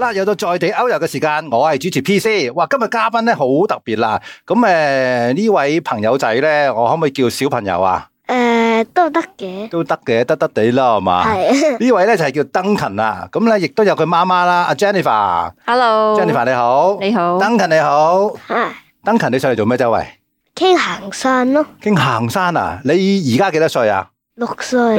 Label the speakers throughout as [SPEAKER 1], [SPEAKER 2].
[SPEAKER 1] 啦，又到在地 Out 遊嘅時間，我係主持 P C。哇，今日嘉賓咧好特別啦。咁誒呢位朋友仔咧，我可唔可以叫小朋友啊？
[SPEAKER 2] 诶，都得嘅，
[SPEAKER 1] 都得嘅，得得地啦，係嘛？
[SPEAKER 2] 系
[SPEAKER 1] 呢位咧就係叫登勤啊。咁咧亦都有佢媽媽啦，阿 Jennifer。
[SPEAKER 3] Hello，
[SPEAKER 1] Jennifer 你好，
[SPEAKER 3] 你好
[SPEAKER 1] 登勤你好，
[SPEAKER 2] 吓
[SPEAKER 1] 登勤你上嚟做咩啫？喂，
[SPEAKER 2] 倾啊行山咯，
[SPEAKER 1] 傾行山啊？你而家幾多歲啊？
[SPEAKER 2] 六
[SPEAKER 1] 你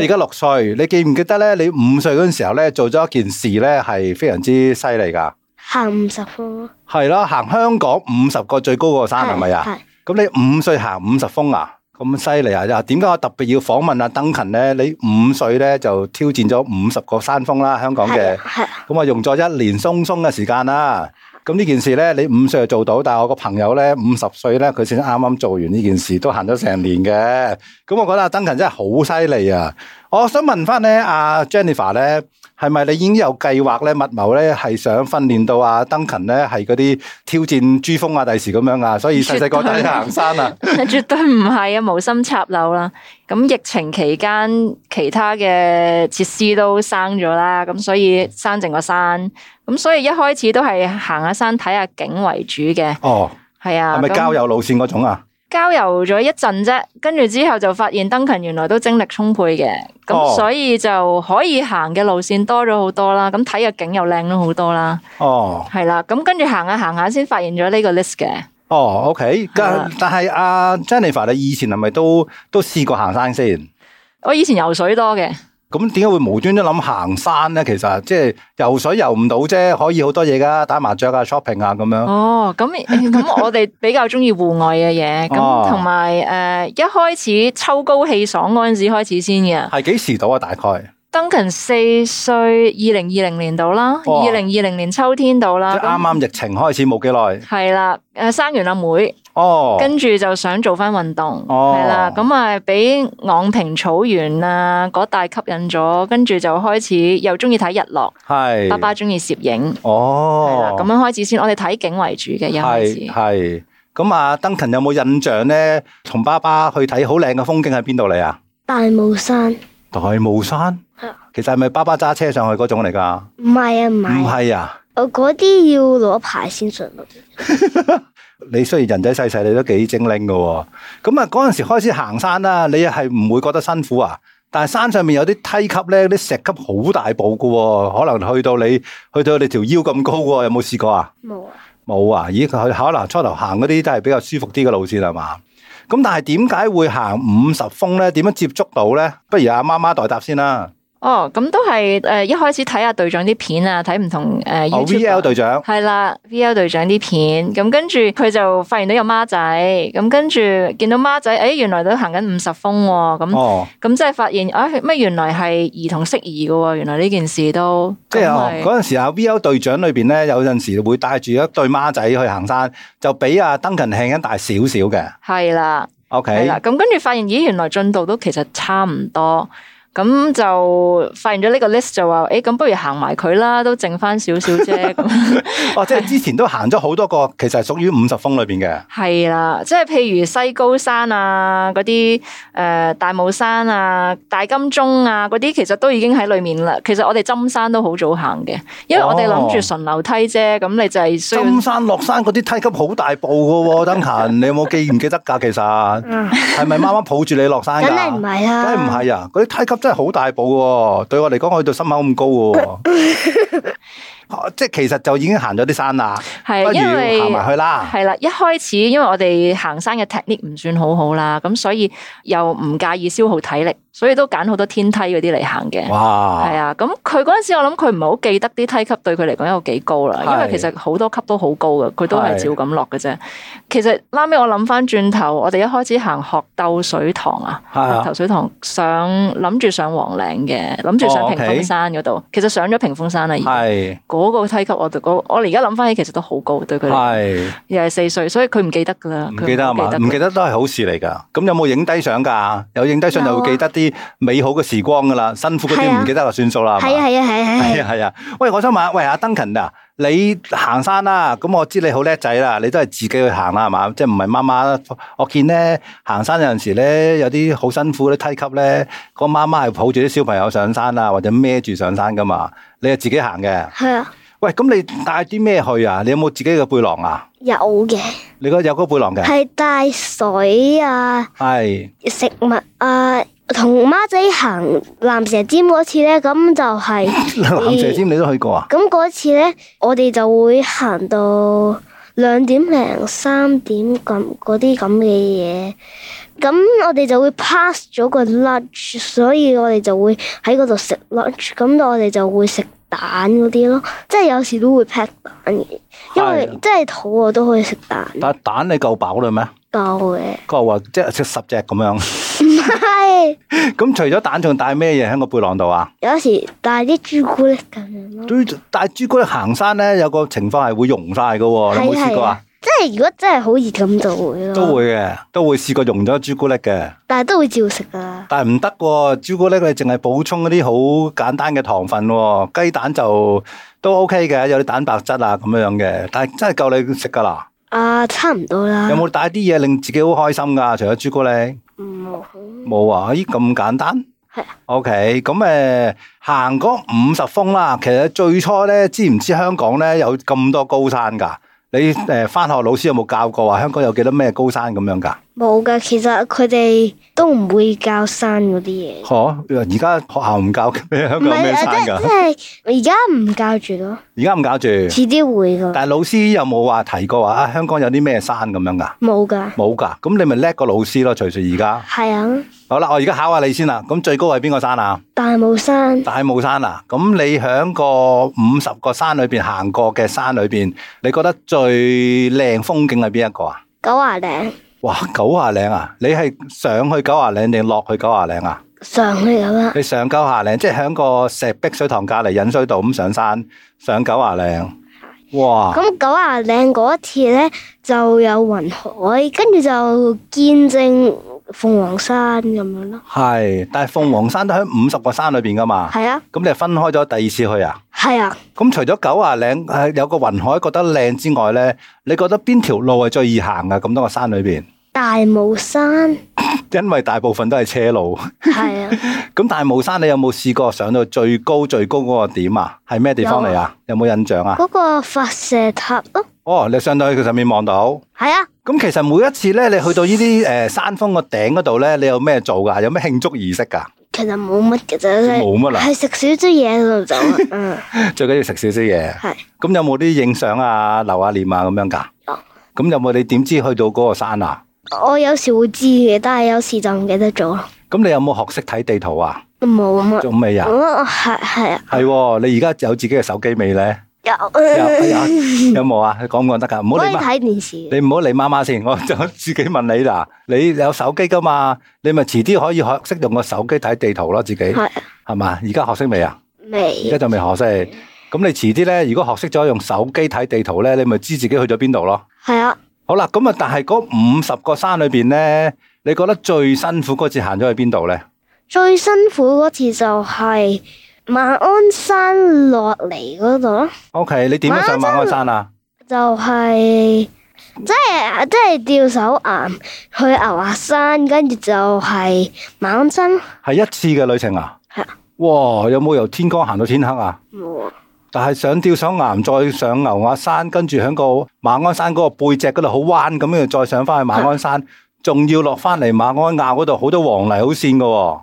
[SPEAKER 1] 而
[SPEAKER 2] 歲
[SPEAKER 1] 家六歲，你記唔記得咧？你五歲嗰陣時候咧，做咗一件事咧，係非常之犀利㗎。
[SPEAKER 2] 行五十分咯，
[SPEAKER 1] 係啦，行香港五十個最高個山係咪啊？
[SPEAKER 2] 係？
[SPEAKER 1] 咁你五歲行五十峰啊，咁犀利啊！又點解我特別要訪問阿登勤咧？你五歲咧就挑戰咗五十個山峰啦，香港嘅。
[SPEAKER 2] 系
[SPEAKER 1] 咁啊，用咗一年鬆鬆嘅時間啦。咁呢件事咧，你五歲就做到，但係我個朋友咧五十歲咧，佢先啱啱做完呢件事，都行咗成年嘅。咁我覺得阿登勤真係好犀利啊！我想問翻咧，阿 Jennifer 咧，係咪你已經有計劃咧，密謀咧係想訓練到阿登勤咧係嗰啲挑戰珠峰啊，第時咁樣啊，所以細細個都係行山啊。
[SPEAKER 3] 絕對唔係啊，無心插柳啦。咁疫情期間，其他嘅設施都生咗啦，咁所以生淨個山。咁所以一開始都係行下山睇下景為主嘅，
[SPEAKER 1] 哦，
[SPEAKER 3] 係啊。
[SPEAKER 1] 係咪
[SPEAKER 3] 咁
[SPEAKER 1] 交友路線嗰種啊？
[SPEAKER 3] 郊遊咗一陣啫，跟住之後就發現登勤原來都精力充沛嘅，咁、
[SPEAKER 1] 哦
[SPEAKER 3] 所以就可以行嘅路線多咗好多啦，咁睇嘅景又靚咗好多啦，
[SPEAKER 1] 哦。
[SPEAKER 3] 係啦。咁跟住行下行下先發現咗呢個 list 嘅。
[SPEAKER 1] 哦，OK，
[SPEAKER 3] 啦
[SPEAKER 1] 但但係阿 Jennifer，你以前係咪都都試過行山先？
[SPEAKER 3] 我哦以前游水多嘅。
[SPEAKER 1] 咁點解會無端端諗行山咧？其實即係游水游唔到啫，可以好多嘢噶，打麻雀啊、shopping 啊咁樣。
[SPEAKER 3] 哦，咁 咁我哋比較中意户外嘅嘢，
[SPEAKER 1] 哦
[SPEAKER 3] 咁同埋誒呃一開始秋高氣爽嗰陣時開始先嘅。
[SPEAKER 1] 係幾時到啊？大概即
[SPEAKER 3] 登勤四歲，二零二零年到啦，
[SPEAKER 1] 哇
[SPEAKER 3] 二零二零年秋天到啦，
[SPEAKER 1] 係啱啱疫情開始冇幾耐。
[SPEAKER 3] 咁係啦，誒生完阿妹，
[SPEAKER 1] 哦，
[SPEAKER 3] 跟住就想做翻運動，
[SPEAKER 1] 哦
[SPEAKER 3] 係啦，咁啊俾昂坪草原啊嗰帶吸引咗，跟住就開始又中意睇日落，
[SPEAKER 1] 係
[SPEAKER 3] 爸爸中意攝影，係啦
[SPEAKER 1] 哦，，
[SPEAKER 3] 咁樣開始先，我哋睇景為主嘅一開
[SPEAKER 1] 係。
[SPEAKER 3] 始
[SPEAKER 1] 係。咁啊，登勤有冇印象咧？同爸爸去睇好靚嘅風景喺邊度嚟啊？
[SPEAKER 2] 大帽山，
[SPEAKER 1] 大帽山
[SPEAKER 2] 係啊。
[SPEAKER 1] 其實係咪爸爸揸車上去嗰種嚟㗎？
[SPEAKER 2] 唔係啊，唔
[SPEAKER 1] 唔
[SPEAKER 2] 係啊，
[SPEAKER 1] 係啊！
[SPEAKER 2] 我嗰啲要攞牌先上到。
[SPEAKER 1] 你雖然人仔細細，你都幾精靈噶喎。咁啊，嗰陣時開始行山啦，你係唔會覺得辛苦啊？但係山上面有啲梯級咧，啲石級好大步噶喎，可能去到你去到你條腰咁高喎，有冇試過啊？
[SPEAKER 2] 冇啊，
[SPEAKER 1] 冇啊！咦，佢可能初頭行嗰啲都係比較舒服啲嘅路線係嘛？咁但係點解會行五十峰咧？點樣接觸到咧？不如阿媽媽代答先啦。
[SPEAKER 3] 哦，咁都係誒、呃一開始睇下隊長啲片啊，睇唔同誒、呃、
[SPEAKER 1] 哦
[SPEAKER 3] YouTube 啊
[SPEAKER 1] ，VL 隊長，
[SPEAKER 3] 係啦，VL 隊長啲片，咁跟住佢就發現到有孖仔，咁跟住見到孖仔，誒、哎原來都行緊五十峰喎、咁
[SPEAKER 1] 哦，
[SPEAKER 3] 咁即係發現，啊乜原來係兒童適宜嘅喎，原來呢件事都
[SPEAKER 1] 即係
[SPEAKER 3] 咁
[SPEAKER 1] 哦
[SPEAKER 3] 咪
[SPEAKER 1] 嗰陣時啊，VL 隊長裏邊咧，有陣時會帶住一對孖仔去行山，就比阿登勤輕輕大少少嘅。
[SPEAKER 3] 係啦，係
[SPEAKER 1] OK，
[SPEAKER 3] 啦，咁跟住發現，咦原來進度都其實差唔多。咁就發現咗呢個 list 就話，誒、哎咁不如行埋佢啦，都剩翻少少啫。咁
[SPEAKER 1] 哦，即係之前都行咗好多個，其實係屬於五十峰裏邊嘅。
[SPEAKER 3] 係啦，即係譬如西高山啊，嗰啲誒大帽山啊、大金鐘啊嗰啲，其實都已經喺裏面啦。其實我哋針山都好早行嘅，因為我哋諗住順樓梯啫，咁你就係需要
[SPEAKER 1] 哦針山落山嗰啲梯級好大步噶喎，登勤，你有冇記唔記得㗎？其實
[SPEAKER 2] 嗯
[SPEAKER 1] 係咪媽媽抱住你落山
[SPEAKER 2] 梗
[SPEAKER 1] 㗎？
[SPEAKER 2] 係唔係
[SPEAKER 1] 梗
[SPEAKER 2] 啦，
[SPEAKER 1] 係唔係啊！嗰啲梯級真係好大步喎，對我嚟講，我去到心口咁高嘅喎。哦即係其實就已經行咗啲山啦，不
[SPEAKER 3] 係
[SPEAKER 1] 如
[SPEAKER 3] 因為
[SPEAKER 1] 行埋去啦。
[SPEAKER 3] 係啦，一開始因為我哋行山嘅 technique 唔算好好啦，咁所以又唔介意消耗體力，所以都揀好多天梯嗰啲嚟行嘅。係
[SPEAKER 1] 哇！
[SPEAKER 3] 啊，咁佢嗰陣時，我諗佢唔係好記得啲梯級對佢嚟講有幾高啦，因
[SPEAKER 1] 係
[SPEAKER 3] 為其實好多級都好高嘅，佢都係
[SPEAKER 1] 係
[SPEAKER 3] 照咁落嘅啫。其實拉尾我諗翻轉頭，我哋一開始行學鬥水塘啊，
[SPEAKER 1] 係啊
[SPEAKER 3] 學鬥水塘上諗住上黃嶺嘅，諗住
[SPEAKER 1] 哦
[SPEAKER 3] 上屏
[SPEAKER 1] OK
[SPEAKER 3] 風山嗰度，其實上咗屏風山啦已經。
[SPEAKER 1] 係
[SPEAKER 3] 嗰個梯級我哋嗰我而家諗翻起其實都好高對佢嚟講，
[SPEAKER 1] 係
[SPEAKER 2] 啊
[SPEAKER 3] 又係四歲，所以佢唔記得噶啦，
[SPEAKER 1] 唔
[SPEAKER 3] 佢
[SPEAKER 1] 記得係嘛？
[SPEAKER 3] 㗎
[SPEAKER 1] 唔記得都係好事嚟㗎。咁有冇影低相㗎？有影低相就會記得啲美好嘅時光㗎啦。辛苦嗰
[SPEAKER 2] 啊係啊
[SPEAKER 1] 啲唔記得就算數啦。係
[SPEAKER 2] 係
[SPEAKER 1] 嘛
[SPEAKER 2] 啊係啊係啊係
[SPEAKER 1] 係
[SPEAKER 2] 啊，
[SPEAKER 1] 啊係啊，喂，我想問下，喂阿登勤啊，你行山啦，咁我知你好叻仔啦，你都係自己去行啦，係嘛？即係唔係媽媽？我見咧行山有陣時咧，有啲好辛苦啲梯級咧，個媽媽係抱住啲小朋友上山啊，或者孭住上山噶嘛，你係自己行嘅。
[SPEAKER 2] 係啊，
[SPEAKER 1] 喂，咁你帶啲咩去啊？你有冇自己嘅背囊啊？
[SPEAKER 2] 有嘅，
[SPEAKER 1] 你嗰有嗰個背囊嘅？
[SPEAKER 2] 係帶水啊、
[SPEAKER 1] 係
[SPEAKER 2] 食物啊。同孖仔行藍蛇尖嗰次咧，咁就係
[SPEAKER 1] 藍蛇尖你都去過啊？
[SPEAKER 2] 咁嗰次咧，我哋就會行到兩點零三點咁嗰啲咁嘅嘢。咁我哋就會 pass 咗個 lunch，所以我哋就會喺嗰度食 lunch。咁我哋就會食蛋嗰啲咯，即係有時都會 pack 蛋嘅，因為
[SPEAKER 1] 係啊
[SPEAKER 2] 即係肚餓都可以食蛋
[SPEAKER 1] 但蛋你夠飽啦咩？
[SPEAKER 2] 夠嘅。
[SPEAKER 1] 佢話即係食十隻咁樣。
[SPEAKER 2] 唔係，
[SPEAKER 1] 咁除咗蛋仲帶咩嘢喺個背囊度啊？
[SPEAKER 2] 有時帶啲朱古力咁樣咯。
[SPEAKER 1] 都帶朱古力行山咧，有個情況係會溶晒㗎喎，你有冇試過啊？
[SPEAKER 2] 即係如嗯果真係好熱咁就會咯，
[SPEAKER 1] 都會嘅，都會試過溶咗朱古力嘅，
[SPEAKER 2] 但係都會照食噶。
[SPEAKER 1] 但係唔得喎，朱古力你淨係補充嗰啲好簡單嘅糖分喎，雞蛋就都 OK 嘅，有啲蛋白質啊咁樣嘅，但係真係夠你食㗎啦。
[SPEAKER 2] 啊，差唔多啦。
[SPEAKER 1] 有冇帶啲嘢令自己好開心㗎？除咗朱古力，
[SPEAKER 2] 嗯冇，
[SPEAKER 1] 冇啊？咦咁簡單？
[SPEAKER 2] 係啊，
[SPEAKER 1] O K，咁誒行嗰五十峰啦，其實最初咧，知唔知香港咧有咁多高山㗎？你誒翻學老師有冇教過話香港有幾多咩高山咁樣㗎？
[SPEAKER 2] 冇噶。其實佢哋都唔會教山嗰啲嘢，
[SPEAKER 1] 嗬，哦而家學校唔教咩香
[SPEAKER 2] 唔
[SPEAKER 1] 港有咩
[SPEAKER 2] 係
[SPEAKER 1] 山㗎？
[SPEAKER 2] 啊，即即係而家唔教住咯，
[SPEAKER 1] 而家唔教住，
[SPEAKER 2] 遲啲會噶。
[SPEAKER 1] 但係老師有冇話提過話啊香港有啲咩山咁樣㗎？
[SPEAKER 2] 冇噶，
[SPEAKER 1] 冇㗎，咁你咪叻過老師咯。隨住而家，
[SPEAKER 2] 係啊，
[SPEAKER 1] 好啦，我而家考下你先啦。咁最高係邊個山啊？
[SPEAKER 2] 大帽山
[SPEAKER 1] 大帽山啊，咁你喺個五十個山裏邊行過嘅山裏邊，你覺得最靚風景係邊一個啊？
[SPEAKER 2] 九華嶺
[SPEAKER 1] 哇，九華嶺啊！你係上去九華嶺定落去九華嶺啊？
[SPEAKER 2] 上去咁啦，
[SPEAKER 1] 你上九華嶺，即係喺個石壁水塘隔離引水道咁上山，上九華嶺。哇！
[SPEAKER 2] 咁九華嶺嗰次咧就有雲海，跟住就見證鳳凰山咁樣咯。
[SPEAKER 1] 係，但係鳳凰山都喺五十個山裏邊噶嘛。
[SPEAKER 2] 係啊，
[SPEAKER 1] 咁你係分開咗第二次去啊？
[SPEAKER 2] 係啊，
[SPEAKER 1] 咁除咗九華嶺係有個雲海覺得靚之外咧，你覺得邊條路係最易行啊？咁多個山裏邊？
[SPEAKER 2] 大帽山
[SPEAKER 1] 因為大部分都係車路，
[SPEAKER 2] 係啊。
[SPEAKER 1] 咁大帽山你有冇試過上到最高最高嗰個點啊？係咩地方嚟啊？有冇印象啊？
[SPEAKER 2] 嗰個發射塔咯，
[SPEAKER 1] 哦，你上到去佢上面望到，
[SPEAKER 2] 係啊，
[SPEAKER 1] 咁其實每一次咧，你去到呢啲誒山峰個頂嗰度咧，你有咩做噶？有咩慶祝儀式噶？
[SPEAKER 2] 其實冇乜嘅啫，
[SPEAKER 1] 冇乜啦，
[SPEAKER 2] 係食少啲嘢就 走啦，嗯，
[SPEAKER 1] 最緊要食少少嘢。
[SPEAKER 2] 係
[SPEAKER 1] 咁有冇啲影相啊、留下念啊咁樣噶？
[SPEAKER 2] 有
[SPEAKER 1] 咁有冇你點知去到嗰個山啊？
[SPEAKER 2] 我有時會知嘅，但係有時就唔記得咗咯，
[SPEAKER 1] 咁你有冇學識睇地圖啊？
[SPEAKER 2] 冇乜，
[SPEAKER 1] 仲未啊？
[SPEAKER 2] 我係係啊，
[SPEAKER 1] 係喎，你而家有自己嘅手機未咧？
[SPEAKER 2] 有，
[SPEAKER 1] 有 有有冇啊？你講唔講得噶？唔好
[SPEAKER 2] 可以
[SPEAKER 1] 理媽，
[SPEAKER 2] 睇電視 嘅，
[SPEAKER 1] 你唔好理媽媽先，我就自己問你啦。你有手機噶嘛？你咪遲啲可以學識用個手機睇地圖咯，自己
[SPEAKER 2] 係
[SPEAKER 1] 係嘛？而家學識未啊？而
[SPEAKER 2] 未
[SPEAKER 1] 家就未學識。咁你遲啲咧，如果學識咗用手機睇地圖咧，你咪知自己去咗邊度咯。
[SPEAKER 2] 係啊，
[SPEAKER 1] 好啦，咁啊，但係嗰五十個山裏邊咧，你覺得最辛苦嗰次行咗去邊度咧？
[SPEAKER 2] 最辛苦嗰次就係馬鞍山落嚟嗰度咯，
[SPEAKER 1] OK，你點樣上馬鞍山啊？
[SPEAKER 2] 就係即係即係吊手岩去牛下山，跟住就係馬鞍山咯
[SPEAKER 1] 係一次嘅旅程啊？
[SPEAKER 2] 係啊
[SPEAKER 1] 哇，有冇由天光行到天黑啊？
[SPEAKER 2] 冇啊。
[SPEAKER 1] 但係上吊手岩，再上牛壓山，跟住喺個馬鞍山嗰個背脊嗰度好彎咁樣，再上翻去馬鞍山，仲要落翻嚟馬鞍坳嗰度，好多黃泥好跣噶、喎，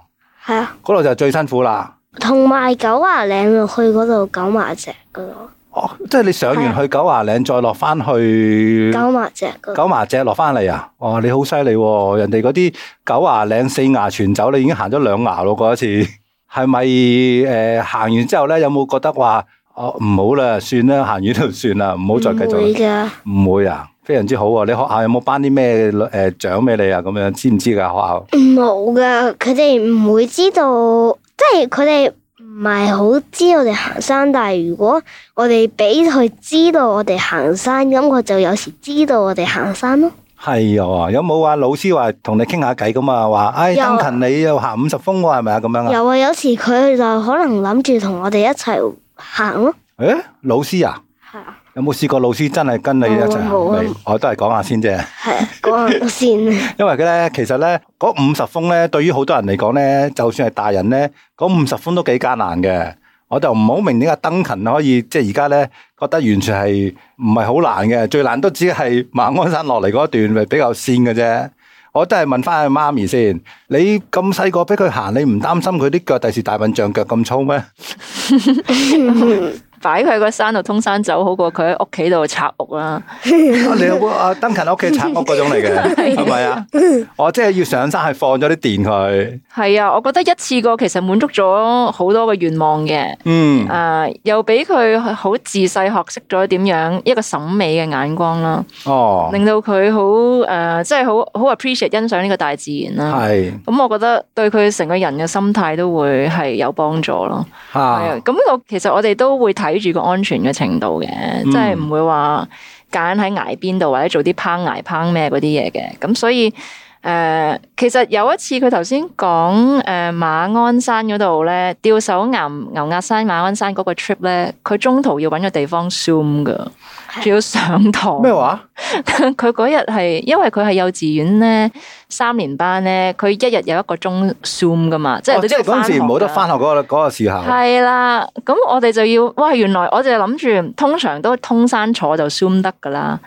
[SPEAKER 2] 系啊，
[SPEAKER 1] 嗰度就最辛苦啦。
[SPEAKER 2] 同埋九華嶺落去嗰度九麻石嗰度，
[SPEAKER 1] 哦，即係你上完去九華嶺，再落翻去
[SPEAKER 2] 九麻石嗰度，
[SPEAKER 1] 嗯九麻脊落翻嚟啊！哇，你好犀利喎！人哋嗰啲九華嶺四牙全走，你已經行咗兩牙咯嗰一次， 係咪誒行完之後咧，有冇覺得話哦唔好啦，算啦，行完就算啦，唔好再繼續啦
[SPEAKER 2] 會噶，
[SPEAKER 1] 唔會啊，非常之好喎、你學校有冇頒啲咩誒獎俾你啊？咁樣知唔知㗎？學校
[SPEAKER 2] 冇噶，佢哋唔會知道，即係佢哋唔係好知我哋行山，但係如果我哋俾佢知道我哋行山，咁佢就有時知道我哋行山咯。
[SPEAKER 1] 係啊，有冇啊？老師話同你傾下偈咁啊？話唉，
[SPEAKER 2] 有啊
[SPEAKER 1] 登勤你又行五十峰喎，係咪啊？咁樣啊？
[SPEAKER 2] 有啊，有時佢就可能諗住同我哋一齊行咯，
[SPEAKER 1] 誒，老師啊，
[SPEAKER 2] 係啊，
[SPEAKER 1] 有冇試過老師真係跟你一齊
[SPEAKER 2] 冇啊
[SPEAKER 1] 行
[SPEAKER 2] 冇
[SPEAKER 1] 你？我都係講下先啫。
[SPEAKER 2] 係啊，嗰陣先，
[SPEAKER 1] 因為佢咧，其實咧，嗰五十封咧，對於好多人嚟講咧，就算係大人咧，嗰五十封都幾艱難嘅。我就唔好明點解登勤可以即係而家咧覺得完全係唔係好難嘅，最難都只係馬鞍山落嚟嗰段咪比較跣嘅啫。我真係問翻佢媽咪先，你咁細個俾佢行，你唔擔心佢啲腳第時大笨象腳咁粗咩？
[SPEAKER 3] 擺佢喺個山度通山走，好過佢喺屋企度拆屋啦。
[SPEAKER 1] 啊你有冇啊？登勤屋企拆屋嗰種嚟嘅，係咪啊？我即係要上山去放咗啲電佢，
[SPEAKER 3] 係啊，我覺得一次過其實滿足咗好多嘅願望嘅。
[SPEAKER 1] 嗯
[SPEAKER 3] 誒、，又俾佢好自細學識咗點樣一個審美嘅眼光啦，
[SPEAKER 1] 哦，
[SPEAKER 3] 令到佢好誒，即係好好 appreciate 欣賞呢個大自然啦。
[SPEAKER 1] 係
[SPEAKER 3] 咁我覺得對佢成個人嘅心態都會係有幫助咯。係啊，
[SPEAKER 1] 嚇，
[SPEAKER 3] 咁我其實我哋都會睇住個安全嘅程度嘅，
[SPEAKER 1] 嗯
[SPEAKER 3] 即係唔會話揀喺崖邊度或者做啲攀崖攀咩嗰啲嘢嘅。咁所以誒、呃其實有一次佢頭先講誒呃馬鞍山嗰度咧，吊手岩牛壓山馬鞍山嗰個 trip 咧，佢中途要揾個地方 zoom 噶，仲要上堂。
[SPEAKER 1] 啊咩話？
[SPEAKER 3] 佢嗰日係因為佢係幼稚園咧三年班咧，佢一日有一個鐘 zoom 噶嘛，即係
[SPEAKER 1] 哦
[SPEAKER 3] 你
[SPEAKER 1] 即
[SPEAKER 3] 都
[SPEAKER 1] 係
[SPEAKER 3] 要
[SPEAKER 1] 嗰陣時
[SPEAKER 3] 返學
[SPEAKER 1] 冇得
[SPEAKER 3] 㗎
[SPEAKER 1] 翻學嗰個嗰個時候，
[SPEAKER 3] 係啦，咁我哋就要，哇！原來我哋諗住通常都通山坐就 zoom 得噶啦，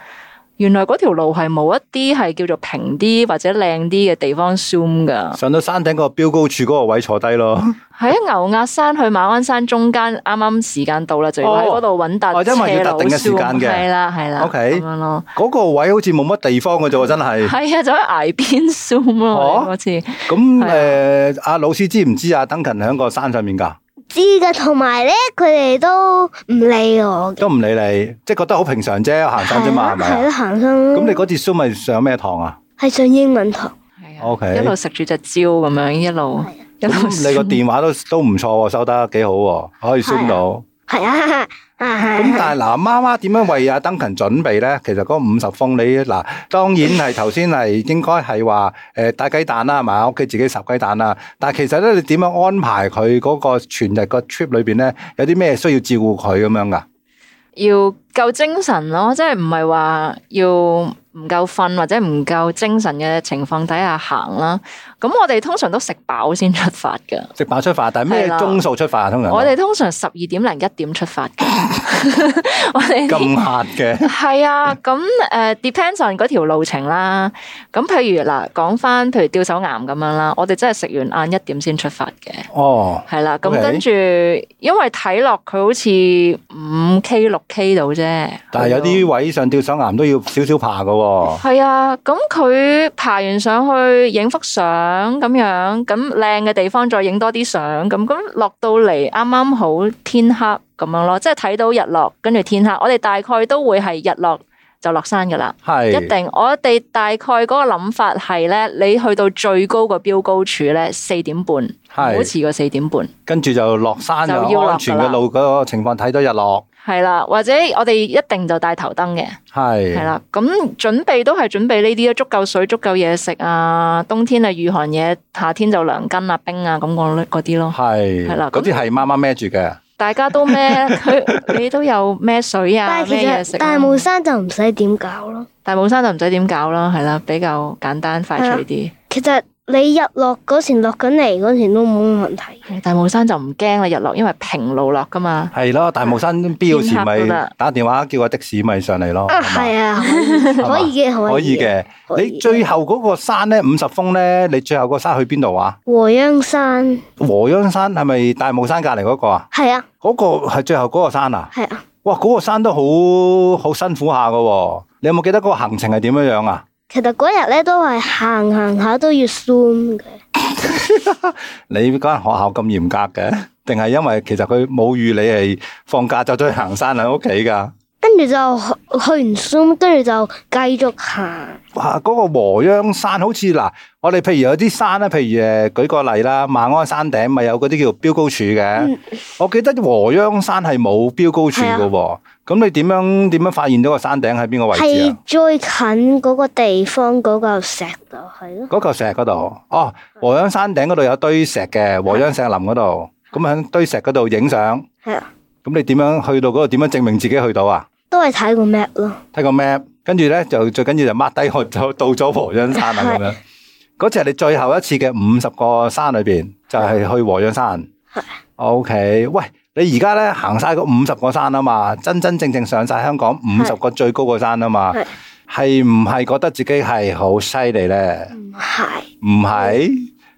[SPEAKER 3] 原來嗰條路係冇一啲係叫做平啲或者靚啲嘅地方 zoom 噶，
[SPEAKER 1] 上到山頂嗰個標高處嗰個位坐低咯。
[SPEAKER 3] 喺牛押山去馬鞍山中間，啱啱時間到啦，就要喺嗰度揾
[SPEAKER 1] 哦
[SPEAKER 3] 笪
[SPEAKER 1] 因為要
[SPEAKER 3] 斜
[SPEAKER 1] 特
[SPEAKER 3] 路
[SPEAKER 1] 定嘅時間
[SPEAKER 3] zoom，
[SPEAKER 1] 嘅
[SPEAKER 3] 係啦係啦
[SPEAKER 1] OK
[SPEAKER 3] 咁樣咯，
[SPEAKER 1] 嗰個位好似冇乜地方嘅啫喎，真係。
[SPEAKER 3] 係啊，就喺崖邊 zoom 咯，
[SPEAKER 1] 哦
[SPEAKER 3] 我哋嗰次。
[SPEAKER 1] 咁
[SPEAKER 3] 係啊
[SPEAKER 1] 诶，誒阿老師知唔知啊？登勤喺個山上面㗎，
[SPEAKER 2] 知噶，同埋咧，佢哋都唔理我嘅。
[SPEAKER 1] 都唔理你，即係覺得好平常啫，行山啫嘛，係咪
[SPEAKER 2] 係
[SPEAKER 1] 啊？
[SPEAKER 2] 咯，行山
[SPEAKER 1] 咁你
[SPEAKER 2] 咯。
[SPEAKER 1] 嗰次 Zoom 咪上咩堂啊？
[SPEAKER 2] 係上英文堂，
[SPEAKER 3] 係啊
[SPEAKER 1] OK
[SPEAKER 3] 一路食住隻蕉咁樣，一路一路
[SPEAKER 1] 咁你個
[SPEAKER 3] zoom
[SPEAKER 1] 電話都都唔錯喎，收得幾好喎，可以 Zoom 到。
[SPEAKER 2] 係啊，
[SPEAKER 1] 咁
[SPEAKER 2] 啊
[SPEAKER 1] 但係嗱，媽媽點樣為阿登勤準備咧？其實嗰五十封你嗱，當然係頭先係應該係話誒帶雞蛋啦，係嘛？屋企自己十雞蛋啦。但係其實咧，你點樣安排佢嗰個全日個 trip 裏邊咧，有啲咩需要照顧佢咁樣㗎？
[SPEAKER 3] 要夠精神咯，即係唔係話要唔夠瞓或者唔夠精神嘅情況底下行啦。咁我哋通常都食飽先出發㗎。
[SPEAKER 1] 食飽出發，但係咩
[SPEAKER 3] 係啦
[SPEAKER 1] 鐘數出發啊？通常
[SPEAKER 3] 我哋通常十二點零一點出發 嘅。我哋
[SPEAKER 1] 咁黑嘅，
[SPEAKER 3] 係啊，咁诶、d e p e n d s on 嗰條路程啦。咁譬如嗱，講翻譬如吊手岩咁樣啦，我哋真係食完晏一點先出發嘅。
[SPEAKER 1] 哦，
[SPEAKER 3] 係啦，咁
[SPEAKER 1] OK
[SPEAKER 3] 跟住因為睇落佢好似五 K 六 K 度啫，
[SPEAKER 1] 但係有啲位上吊手岩都要少少爬嘅喎。
[SPEAKER 3] 系啊，咁佢爬完上去影幅相咁樣，咁靚嘅地方再影多啲相，咁咁落到嚟啱啱好天黑咁樣咯，即係睇到日落，跟住天黑，我哋大概都會係日落就落山噶啦。
[SPEAKER 1] 係
[SPEAKER 3] 一定，我哋大概嗰個諗法係咧，你去到最高個標高處咧，四點半，唔好
[SPEAKER 1] 係
[SPEAKER 3] 遲過四點半。
[SPEAKER 1] 跟住就落山
[SPEAKER 3] 就要
[SPEAKER 1] 就
[SPEAKER 3] 落㗎啦
[SPEAKER 1] 安全嘅路嗰個情況睇到日落，
[SPEAKER 3] 係啦，或者我哋一定就帶頭燈嘅。
[SPEAKER 1] 係
[SPEAKER 3] 系啦，咁準備都係準備呢啲咯，足夠水、足夠嘢食啊，冬天啊御寒嘢，夏天就涼巾啊、冰啊咁嗰嗰啲 咯。
[SPEAKER 1] 係
[SPEAKER 3] 係啦
[SPEAKER 1] 嗰
[SPEAKER 3] 咁
[SPEAKER 1] 啲係媽媽孭住嘅。
[SPEAKER 3] 大家都咩？佢你都有咩水啊
[SPEAKER 2] 但係
[SPEAKER 3] 咩
[SPEAKER 2] 其
[SPEAKER 3] 嘢食
[SPEAKER 2] 實
[SPEAKER 3] 啊？
[SPEAKER 2] 大帽山就唔使點搞咯。
[SPEAKER 3] 大帽山就唔使點搞啦，係啦，比較簡單快脆啲。
[SPEAKER 2] 其實你日落嗰時落緊嚟嗰時都冇乜問題。
[SPEAKER 3] 大帽山就唔驚啦，日落因為平路落噶嘛。
[SPEAKER 1] 係咯，大帽山必要時
[SPEAKER 3] 天黑
[SPEAKER 1] 咪
[SPEAKER 3] 都得
[SPEAKER 1] 打電話叫個的士咪上嚟咯。
[SPEAKER 2] 啊，
[SPEAKER 1] 哦係嘛
[SPEAKER 2] 係啊，可以嘅，
[SPEAKER 1] 可
[SPEAKER 2] 可
[SPEAKER 1] 以
[SPEAKER 2] 以嘅。
[SPEAKER 1] 嘅。
[SPEAKER 2] 可以
[SPEAKER 1] 你最後嗰個山咧，五十峰咧，你最後個山去邊度啊？
[SPEAKER 2] 和央山
[SPEAKER 1] 和央山係咪大帽山隔離嗰個啊？
[SPEAKER 2] 係啊，
[SPEAKER 1] 嗰個係最後嗰個山啊？
[SPEAKER 2] 係啊。
[SPEAKER 1] 哇！嗰、個山都好好辛苦下噶、喎，你有冇記得嗰個行程係點樣樣啊？
[SPEAKER 2] 其實嗰日咧都係行行下都要 zoom 嘅，
[SPEAKER 1] 你嗰間學校咁嚴格嘅，定係因為其實佢冇預你係放假就走去行山喺屋企噶？
[SPEAKER 2] 跟住就去去完 zoom，跟住就繼續行。
[SPEAKER 1] 哇！嗰、個和央山好似嗱，我哋譬如有啲山咧，譬如誒舉個例啦，馬鞍山頂咪有嗰啲叫標高柱嘅。我記得和央山係冇標高柱嘅喎，咁你點樣點樣發現到個山頂喺邊個位置
[SPEAKER 2] 係
[SPEAKER 1] 啊？
[SPEAKER 2] 最近嗰個地方嗰嚿石度係咯，
[SPEAKER 1] 嗰嚿石嗰度，哦，和央山頂嗰度有堆石嘅，和央石林嗰度，咁喺堆石嗰度影相。
[SPEAKER 2] 係啊，
[SPEAKER 1] 咁你點樣去到嗰度？點樣證明自己去到啊？
[SPEAKER 2] 都係睇個 map 咯，
[SPEAKER 1] 睇個 map，跟住咧就最緊要就 mark 低我就到咗和央山啦
[SPEAKER 2] 係
[SPEAKER 1] 咁樣。嗰次係你最後一次嘅五十個山裏邊，就係、去和央山
[SPEAKER 2] 係。
[SPEAKER 1] O、k 喂，你而家咧行晒嗰五十個山啊嘛，真真正正上晒香港五十
[SPEAKER 2] 係
[SPEAKER 1] 個最高個山啊嘛
[SPEAKER 2] 係，
[SPEAKER 1] 係唔係覺得自己係好犀利咧？
[SPEAKER 2] 唔嗯係，
[SPEAKER 1] 唔係，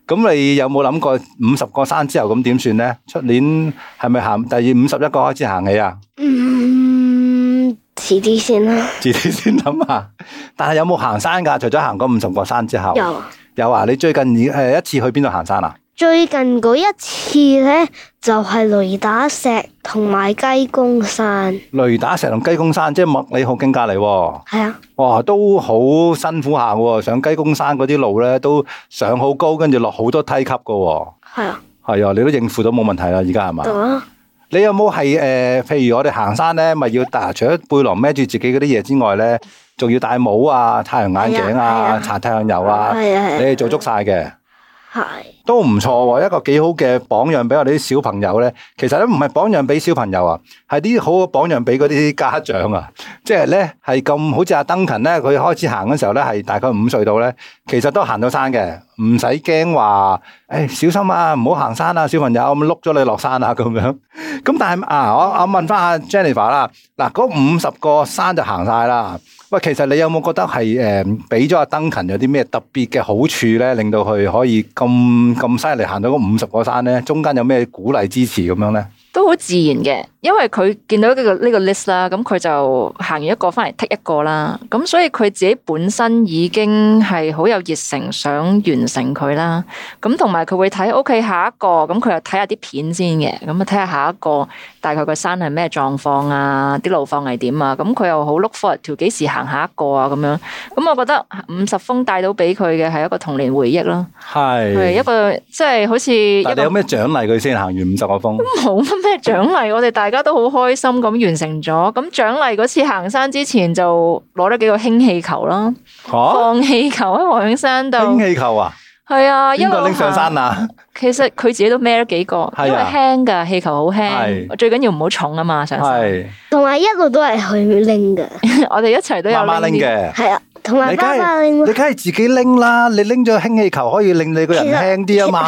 [SPEAKER 1] 咁你有冇諗過五十個山之後咁點算咧？出年係咪行第二五十一個開始行起啊？
[SPEAKER 2] 嗯，遲啲先啦。
[SPEAKER 1] 自己先諗下。 但係有冇行山㗎？除咗行嗰五十個山之後，
[SPEAKER 2] 有啊，
[SPEAKER 1] 有啊！你最近已誒一次去邊度行山啊？
[SPEAKER 2] 最近嗰一次咧就係雷打石同埋雞公山，
[SPEAKER 1] 雷打石同雞公山，即係麥理浩徑隔離喎。
[SPEAKER 2] 係啊，
[SPEAKER 1] 哇，都好辛苦下喎！上雞公山嗰啲路咧，都上好高，跟住落好多梯級㗎喎。
[SPEAKER 2] 係啊，
[SPEAKER 1] 係啊，你都應付到冇問題啦，而家係嘛？
[SPEAKER 2] 得啦，
[SPEAKER 1] 你有冇係誒？譬如我哋行山咧，咪要戴除咗背囊孭住自己嗰啲嘢之外咧，仲要戴帽啊、太陽眼鏡
[SPEAKER 2] 係
[SPEAKER 1] 啊、
[SPEAKER 2] 啊
[SPEAKER 1] 搽太陽油啊，
[SPEAKER 2] 係啊係啊
[SPEAKER 1] 你係做足晒嘅。
[SPEAKER 2] 係
[SPEAKER 1] 都唔錯喎，一個幾好嘅榜樣俾我哋啲小朋友咧。其實咧唔係榜樣俾小朋友啊，係啲好嘅榜樣俾嗰啲家長啊。 即係咧係咁，好似阿登勤咧，佢開始行嘅時候咧係大概五歲到咧，其實都行到山嘅，唔使驚話誒小心啊，唔好行山啊，小朋友咁碌咗你落山啊咁 樣。咁但係啊，我我問翻阿 Jennifer 啦，嗱嗰五十個山就行晒啦。喂，其實你有冇覺得係誒俾咗阿登勤有啲咩特別嘅好處咧，令到佢可以咁咁犀利行到嗰五十個山咧？中間有咩鼓勵支持咁樣咧？
[SPEAKER 3] 都好自然嘅，因為佢見到呢個呢個 list 啦，咁佢就行完一個翻嚟剔一個啦，咁所以佢自己本身已經係好有熱誠想完成佢啦，咁同埋佢會睇 OK 下一個，咁佢又睇下啲片先嘅，咁啊睇下下一個大概個山係咩狀況啊，啲路況係點啊，咁佢又好 look forward to 幾時行下一個啊咁樣，咁我覺得五十封帶到俾佢嘅係一個童年回憶咯，係一
[SPEAKER 1] 係，
[SPEAKER 3] 個即係好似一
[SPEAKER 1] 但
[SPEAKER 3] 個
[SPEAKER 1] 你有咩獎勵佢先行完五十個峰？
[SPEAKER 3] 冇乜咩獎勵，我哋大家都好開心咁完成咗。咁獎勵嗰次行山之前就攞咗幾個氫氣球啦，
[SPEAKER 1] 嚇，
[SPEAKER 3] 放氣球喺黃永山度，
[SPEAKER 1] 哦氫氣球啊，
[SPEAKER 3] 係啊，因
[SPEAKER 1] 邊
[SPEAKER 3] 為
[SPEAKER 1] 個
[SPEAKER 3] 我
[SPEAKER 1] 拎上山啊？
[SPEAKER 3] 其實佢自己都孭咗幾個，
[SPEAKER 1] 係啊
[SPEAKER 3] 因為輕㗎，氣球好
[SPEAKER 1] 係
[SPEAKER 3] 輕，最緊要唔好重啊嘛上山。
[SPEAKER 1] 係，
[SPEAKER 2] 同埋一路都係去 拎嘅，
[SPEAKER 3] 我哋一齊都有
[SPEAKER 1] 媽媽拎
[SPEAKER 3] 啲，
[SPEAKER 1] 嘅。
[SPEAKER 2] 係啊，同埋
[SPEAKER 1] 你梗
[SPEAKER 2] 爸爸
[SPEAKER 1] 係
[SPEAKER 2] 拎
[SPEAKER 1] 你梗係自己拎啦，你拎咗氫氣球可以令你個人
[SPEAKER 2] 其實
[SPEAKER 1] 輕啲啊 嘛。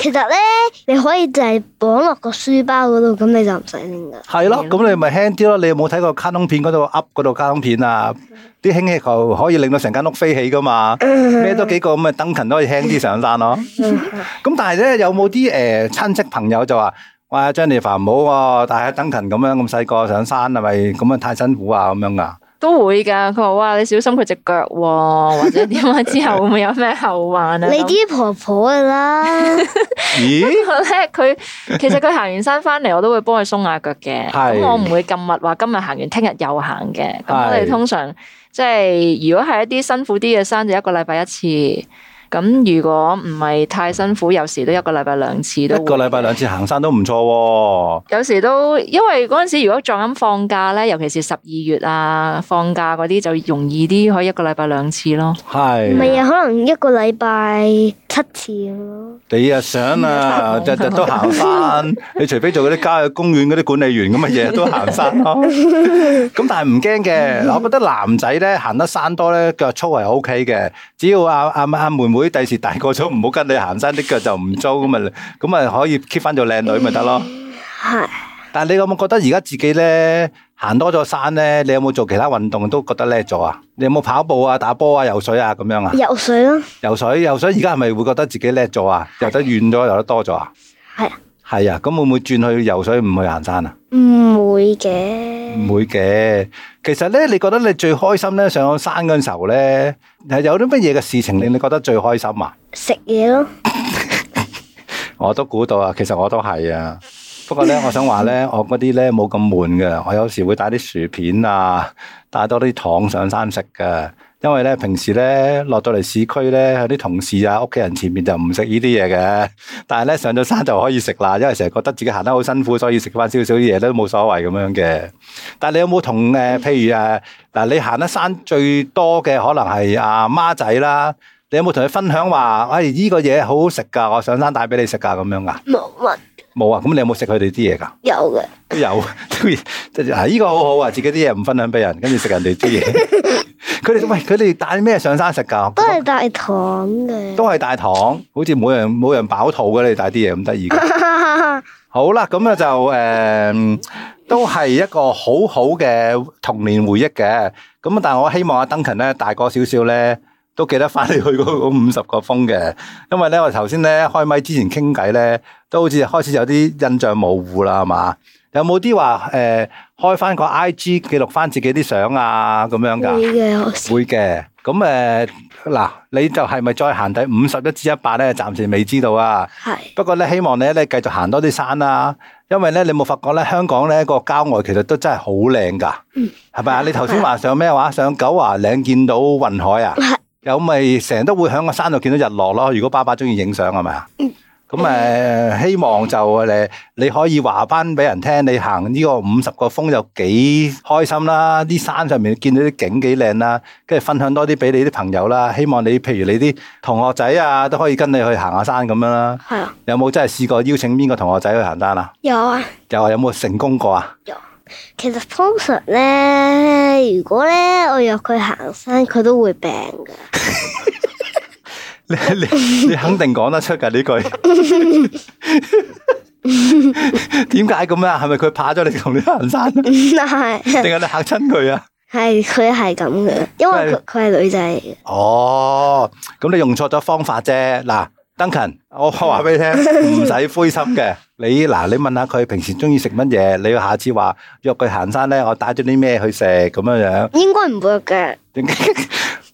[SPEAKER 2] 其實咧，你可以就係綁落個書包嗰度，咁你就唔使拎噶。
[SPEAKER 1] 係咯，咁你咪輕啲咯。你有冇睇過卡通片嗰度 up 嗰度卡通片啊？啲氫氣球可以令到成間屋飛起噶嘛？孭多幾個咁嘅登勤都可以輕啲上山咯。咁但係咧，有冇啲誒親戚朋友就話：喂，Jennifer 唔好喎，帶下登勤咁樣咁細個上山係咪咁樣太辛苦啊？咁樣噶？
[SPEAKER 3] 都會㗎。佢話：哇，你小心佢隻腳喎，或者點啊？之後會唔會有咩後患 啊？
[SPEAKER 2] 你
[SPEAKER 3] 咁
[SPEAKER 2] 啲婆婆噶 啦，
[SPEAKER 1] 咦？
[SPEAKER 3] 不過咧，佢 其實佢行完山翻嚟，我都會幫佢鬆下腳嘅。
[SPEAKER 1] 係
[SPEAKER 3] 咁我唔會咁密話今日行完，聽日又行嘅。咁我
[SPEAKER 1] 係
[SPEAKER 3] 哋通常即係如果係一啲辛苦啲嘅山，就一個禮拜一次。咁如果唔係太辛苦，有時都一個禮拜兩次
[SPEAKER 1] 一
[SPEAKER 3] 都會。
[SPEAKER 1] 個禮拜兩次行山都唔錯喎。
[SPEAKER 3] 有時都因為嗰陣時，如果撞緊放假咧，尤其是十二月啊放假嗰啲，就容易啲，可以一個禮拜兩次咯。
[SPEAKER 2] 唔
[SPEAKER 1] 係
[SPEAKER 2] 係啊，可能一個禮拜七次咁咯。
[SPEAKER 1] 你啊想啊，日日都行山，你除非做嗰啲郊野公園嗰啲管理員咁啊，日日都行山咯。咁但係唔驚嘅，嗱我覺得男仔咧行得山多咧，腳粗係 O K 嘅。只要阿阿阿妹妹第時大個咗，唔好跟你行山，啲腳就唔粗咁啊，咁啊可以 keep 翻做靚女咪得咯。
[SPEAKER 2] 係
[SPEAKER 1] 但係你有冇覺得而家自己咧行多咗山咧？你有冇做其他運動都覺得叻咗啊？你有冇跑步啊、打波啊、游水啊咁樣啊？
[SPEAKER 2] 游水咯，
[SPEAKER 1] 游水游水而家係咪會覺得自己叻咗啊？游得遠咗，游得多咗啊？
[SPEAKER 2] 係啊，
[SPEAKER 1] 系啊，咁會唔會轉去游水，唔去行山啊？
[SPEAKER 2] 唔會嘅，
[SPEAKER 1] 唔會嘅。其實咧，你覺得你最開心咧，上山嗰陣時候咧，係有啲乜嘢嘅事情令你覺得最開心啊？
[SPEAKER 2] 食嘢咯，
[SPEAKER 1] 我都估到啊，其實我都係啊。不過咧，我想話咧，我嗰啲咧冇咁悶嘅，我有時會帶啲薯片啊，帶多啲糖上山食嘅。因為咧，平時咧落到嚟市區咧，有啲同事啊、屋企人前面就唔食呢啲嘢嘅。但係咧上咗山就可以食啦，因為成日覺得自己行得好辛苦，所以食翻少少嘢都冇所謂咁樣嘅。但係你有冇同誒，
[SPEAKER 2] 嗯
[SPEAKER 1] 譬如誒嗱，你行得山最多嘅可能係阿媽仔啦，你有冇同佢分享話，哎依、個嘢好好食㗎，我上山帶俾你食㗎咁樣㗎？
[SPEAKER 2] 冇乜
[SPEAKER 1] 冇啊，咁你有冇食佢哋啲嘢噶？
[SPEAKER 2] 有嘅，
[SPEAKER 1] 都有， 都即係啊！依個好好啊，自己啲嘢唔分享俾人，跟住食人哋啲嘢。 佢哋喂，佢哋帶咩上山食噶？
[SPEAKER 2] 都係大糖嘅，
[SPEAKER 1] 都係大糖，好似每樣每樣飽肚嘅，你帶啲嘢咁得意嘅。好啦，咁啊就诶、嗯都係一個好好嘅童年回憶嘅。咁啊但係我希望阿登勤咧大個少少咧，都記得翻你去嗰五十個峰嘅，因為咧我頭先咧開咪之前傾偈咧，都好似開始有啲印象模糊啦，係嘛？有冇啲話诶開翻個 I G 記錄翻自己啲相啊咁樣㗎？
[SPEAKER 2] 會嘅，我先
[SPEAKER 1] 會嘅。咁誒嗱，你就係咪再行第五十一至一百咧？暫時未知道啊。
[SPEAKER 2] 係
[SPEAKER 1] 不過咧，希望咧你繼續行多啲山啦、因為咧你冇發覺咧香港咧個郊外其實都真係好靚㗎，係咪啊？你頭先話上咩話？上九華嶺見到雲海啊
[SPEAKER 2] 係，
[SPEAKER 1] 有咪成日都會喺個山度見到日落咯。如果爸爸中意影相係咪啊？咁誒、希望就誒，你可以話翻俾人聽，你行呢個五十個峰有幾開心啦，啲山上面見到啲景幾靚啦，跟住分享多啲俾你啲朋友啦。希望你譬如你啲同學仔啊，都可以跟你去行下山咁樣啦。
[SPEAKER 2] 係啊，
[SPEAKER 1] 有冇真係試過邀請邊個同學仔去行山啊？
[SPEAKER 2] 有啊。
[SPEAKER 1] 又話有冇成功過啊？
[SPEAKER 2] 其實通常咧，如果咧我約佢行山，佢都會病噶。
[SPEAKER 1] 你你你肯定講得出㗎呢句？ 點解咁啊？係咪佢怕咗你同你行山啊？定
[SPEAKER 2] 係
[SPEAKER 1] 係你嚇親佢啊？
[SPEAKER 2] 係佢係咁嘅，因為佢佢係女仔嚟嘅。
[SPEAKER 1] 哦，咁你用錯咗方法啫。嗱，Duncan，我話俾你聽，唔使灰心嘅。你嗱，你問下佢平時中意食乜嘢，你下次話約佢行山咧，我帶咗啲咩去食咁樣樣。
[SPEAKER 2] 應該唔會嘅，
[SPEAKER 1] 點解？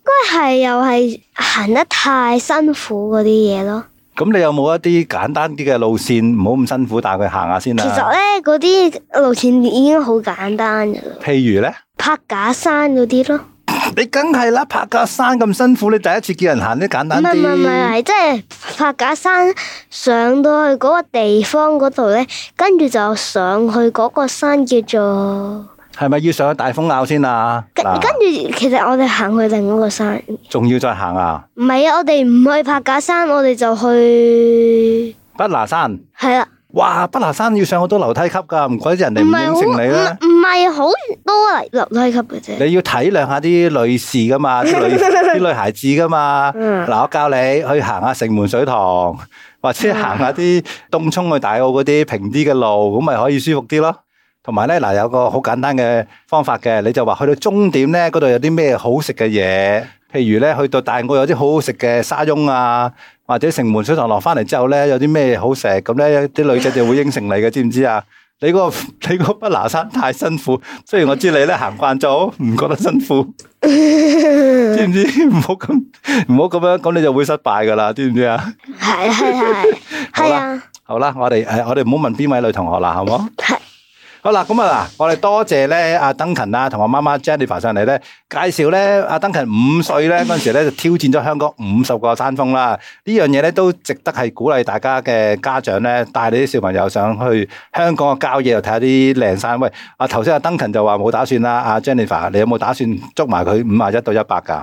[SPEAKER 2] 不過係又係行得太辛苦嗰啲嘢咯。
[SPEAKER 1] 咁你有冇一啲簡單啲嘅路線，唔好咁辛苦帶佢行下先啊
[SPEAKER 2] 其
[SPEAKER 1] 啦？
[SPEAKER 2] 實咧，嗰啲路線已經好簡單噶啦，
[SPEAKER 1] 譬如咧，
[SPEAKER 2] 拍假山嗰啲咯。
[SPEAKER 1] 你梗係啦，拍架山咁辛苦，你第一次叫人行啲簡
[SPEAKER 2] 唔
[SPEAKER 1] 單
[SPEAKER 2] 係
[SPEAKER 1] 啲。
[SPEAKER 2] 唔係唔係，係即係拍假山上到去嗰個地方嗰度咧，跟住就上去嗰個山叫做。
[SPEAKER 1] 係咪要上去大風坳先啊？
[SPEAKER 2] 跟
[SPEAKER 1] 嗱
[SPEAKER 2] 跟住，其實我哋行去另一個山，
[SPEAKER 1] 仲要再行啊？
[SPEAKER 2] 唔係啊！我哋唔去柏架山，我哋就去
[SPEAKER 1] 畢拿山，
[SPEAKER 2] 係啦，
[SPEAKER 1] 哇！畢拿山要上好多樓梯級㗎，唔怪得人
[SPEAKER 2] 唔
[SPEAKER 1] 哋唔
[SPEAKER 2] 係好
[SPEAKER 1] 應承你啦。
[SPEAKER 2] 唔唔係好多嚟樓梯級嘅啫。
[SPEAKER 1] 你要體諒下啲女士噶嘛，啲女 啲女孩子噶嘛。
[SPEAKER 2] 嗯
[SPEAKER 1] 嗱，我教你去行下城門水塘，或者行下啲東涌去大澳嗰啲平啲嘅路，咁咪可以舒服啲咯。同埋咧，嗱有個好簡單嘅方法嘅，你就話去到終點咧，嗰度有啲咩好食嘅嘢，譬如咧去到大澳有啲好好食嘅沙翁啊，或者城門水塘落翻嚟之後咧有啲咩好食，咁咧啲女仔就會應承你嘅，知唔知啊？你個 你個不拿山太辛苦，雖然我知你咧行慣咗，唔覺得辛苦，知唔知？唔好咁唔好咁樣，咁你就會失敗噶啦，知唔知啊？
[SPEAKER 2] 係係 係
[SPEAKER 1] 好
[SPEAKER 2] 係
[SPEAKER 1] 啦
[SPEAKER 2] 啊，
[SPEAKER 1] 好啦，我哋誒我哋唔好問邊位女同學啦，好冇？
[SPEAKER 2] 係
[SPEAKER 1] 好啦，咁啊嗱，我哋多謝咧阿登勤啦，同我媽媽 Jennifer 上嚟咧，介紹咧阿登勤五歲咧嗰陣時咧就挑戰咗香港五十個山峰啦。呢樣嘢咧都值得係鼓勵大家嘅家長咧，帶你啲小朋友上去香港嘅郊野度睇下啲靚山。喂，阿頭先阿登勤就話冇打算啦，阿 Jennifer 你有冇打算捉埋佢五啊一到一百㗎？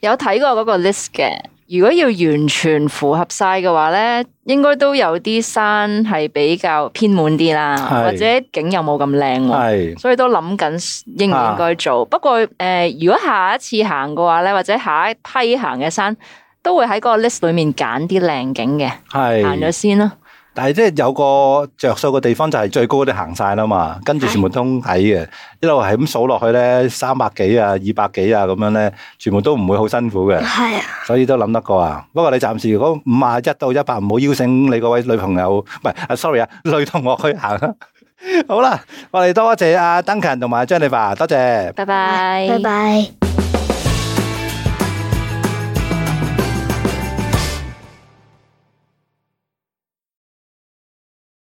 [SPEAKER 3] 有睇過嗰個 list 嘅。如果要完全符合晒嘅話咧，應該都有啲山係比較偏滿啲啦，
[SPEAKER 1] 係
[SPEAKER 3] 或者景又冇咁靚喎，
[SPEAKER 1] 係啊
[SPEAKER 3] 所以都諗緊應唔應該做。不過誒、呃如果下一次行嘅話咧，或者下一批行嘅山，都會喺嗰個 list 裏面揀啲靚景嘅，行咗
[SPEAKER 1] 係，
[SPEAKER 3] 先啦。
[SPEAKER 1] 但係即係有個着數嘅地方就係最高嗰啲行晒啦嘛，跟住全部都矮嘅，一路係咁數落去咧，三百幾啊、二百幾啊咁樣咧，全部都唔會好辛苦 嘅。
[SPEAKER 2] 係啊，
[SPEAKER 1] 所以都諗得過啊。不過你暫時如果五啊一到一百，唔好邀請你嗰位女朋友，唔係啊，sorry 啊，女同學去行啦。好啦，我哋多謝阿 Duncan 同埋 Jennifer，多謝。
[SPEAKER 3] 拜拜，
[SPEAKER 2] 拜拜。